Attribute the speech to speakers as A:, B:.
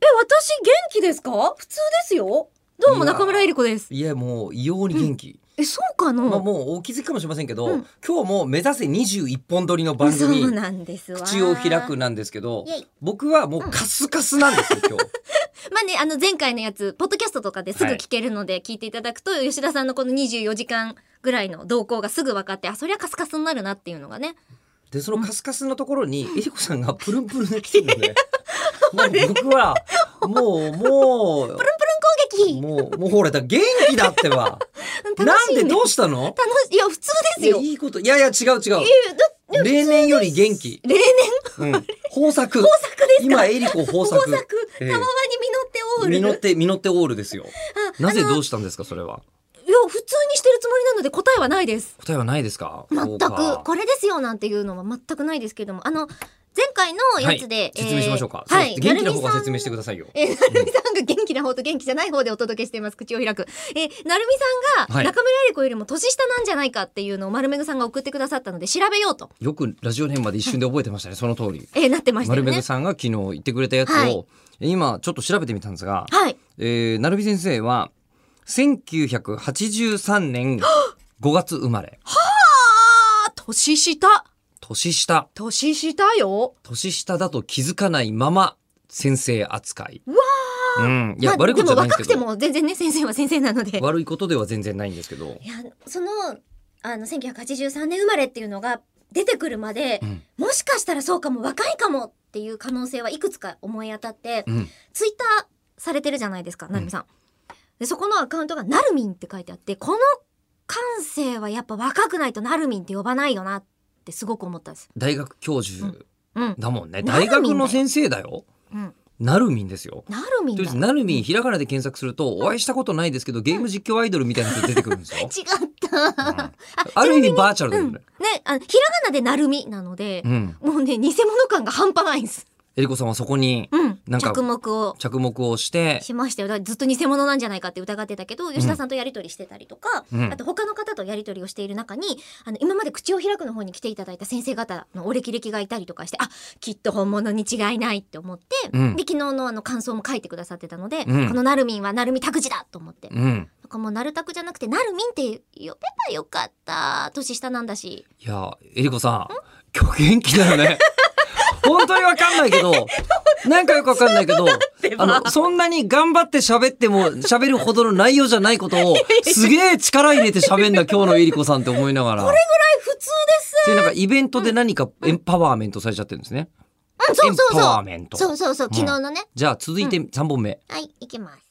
A: 私元気ですか普通ですよどうも中村えり子です
B: いやもう異様に元気、
A: えそうかな、
B: まあ、もうお気づきかもしれませんけど、
A: うん
B: 今日も目指せ21本撮りの番
A: そ
B: 組
A: うなんですわ
B: 口を開くなんですけど
A: イエイ
B: 僕はもうカスカスなんですよ、今日
A: まあねあの前回のやつポッドキャストとかですぐ聞けるので聞いていただくと、吉田さんのこの24時間ぐらいの動向がすぐ分かってあそりゃカスカスになるなっていうのがね
B: でそのカスカスのところにえりこさんがプルンプルンで来てるの でもう僕はもうもう
A: プルンプルン攻撃
B: もうもうほらだ元気だってば
A: うん
B: な
A: 楽し
B: ん
A: いね
B: でどうしたの
A: 楽しいいや普通です
B: いや
A: よ
B: いいこといやいや違う違う
A: えだ
B: 例年より元気、
A: 例年
B: うん、豊作
A: 豊作ですか
B: 今えりこ豊
A: 豊
B: 作
A: 作た
B: ええ
A: まわに実ってオール
B: 実って実ってオールですよ
A: あ
B: なぜ
A: あの
B: どうしたんですかそれはい
A: や普通にしてるつもりなので答えはないです
B: 答えはないですか
A: 全
B: そ
A: く
B: うか
A: これですよなんていうのは全くないですけどもあの前回のやつで、
B: はい、説明しましょうか、
A: えーはい
B: そう元気な方
A: なるみ
B: が
A: さん
B: 説明してくださいよ
A: えーなるみさんが元気な方と元気じゃない方でお届けしています口を開くえーなるみさん
B: は
A: が
B: い
A: 中村えり子よりも年下なんじゃないかっていうのを丸めぐさんが送ってくださったので調べようと、
B: よくラジオネームまで一瞬で覚えてましたねその通り
A: えーなってました
B: 丸
A: よ
B: め
A: ね
B: ぐさんが昨日言ってくれたやつを、
A: はい
B: 今ちょっと調べてみたんですが、
A: はい
B: えー、なるみ先生は1983年5月生まれ
A: あ年下
B: 年下
A: 年下よ
B: 年下だと気づかないまま先生扱い
A: わ
B: うん、いや、
A: まあ
B: 悪いことじゃないんです
A: で
B: け
A: も
B: ど
A: 若くても全然ね先生は先生なので
B: 悪いことでは全然ないんですけど
A: いやそのあの1983年生まれっていうのが出てくるまで、
B: うん
A: もしかしたらそうかも若いかもっていう可能性はいくつか思い当たって、
B: うん
A: ツイッターされてるじゃないですかなるみさん。でそこのアカウントが「なるみん」って書いてあってこの感性はやっぱ若くないとなるみんって呼ばないよなってすごく思ったんです。
B: 大学教授、
A: うん、
B: だもんね。
A: なるみ
B: 大
A: んだよ
B: 学の先生だよ。
A: うん、
B: なるみんですよ。
A: なるみん
B: と
A: だ
B: りあえずなるみんひらがなで検索するとお会いしたことないですけどゲーム実況アイドルみたいな人出てくるんですよ。
A: 違った、
B: う ん
A: あ
B: ある
A: ちなみ
B: 意味
A: に
B: バーチャルだ
A: う
B: よ
A: ん、
B: ね
A: ね。あのひらがなでなるみなので
B: う、ん。
A: もうね偽物感が半端ないんです。
B: えりこさんはそこに
A: うん、
B: なんか
A: 着目を
B: 着目をして、
A: しましたよだからずっと偽物なんじゃないかって疑ってたけど吉田さんとやり取りしてたりとか、
B: うん
A: あと他の方とやり取りをしている中にあの今まで口を開くの方に来ていただいた先生方のお歴々がいたりとかしてあきっと本物に違いないって思って、
B: うん
A: で昨日のあの感想も書いてくださってたので、
B: うん
A: このなるみんはなるみたくじだと思って、
B: うん。
A: なんかもうなるたくじゃなくてなるみんって呼べばよかった年下なんだし
B: いやえりこさん今日元気だよね。本当にわかんないけど、なんかよくわかんないけど、あの、そんなに頑張って喋っても、喋るほどの内容じゃないことを、すげえ力入れて喋んだ今日のえりこさんって思いながら。
A: はい普通です
B: でなんかイベントで何かエンパワーメントされちゃってるんですね。
A: うんそうそう
B: エンパ
A: そ
B: ワーメン
A: う
B: ト。
A: そうそうそう昨日のね、
B: じゃあ続いて3本目。
A: はい行きます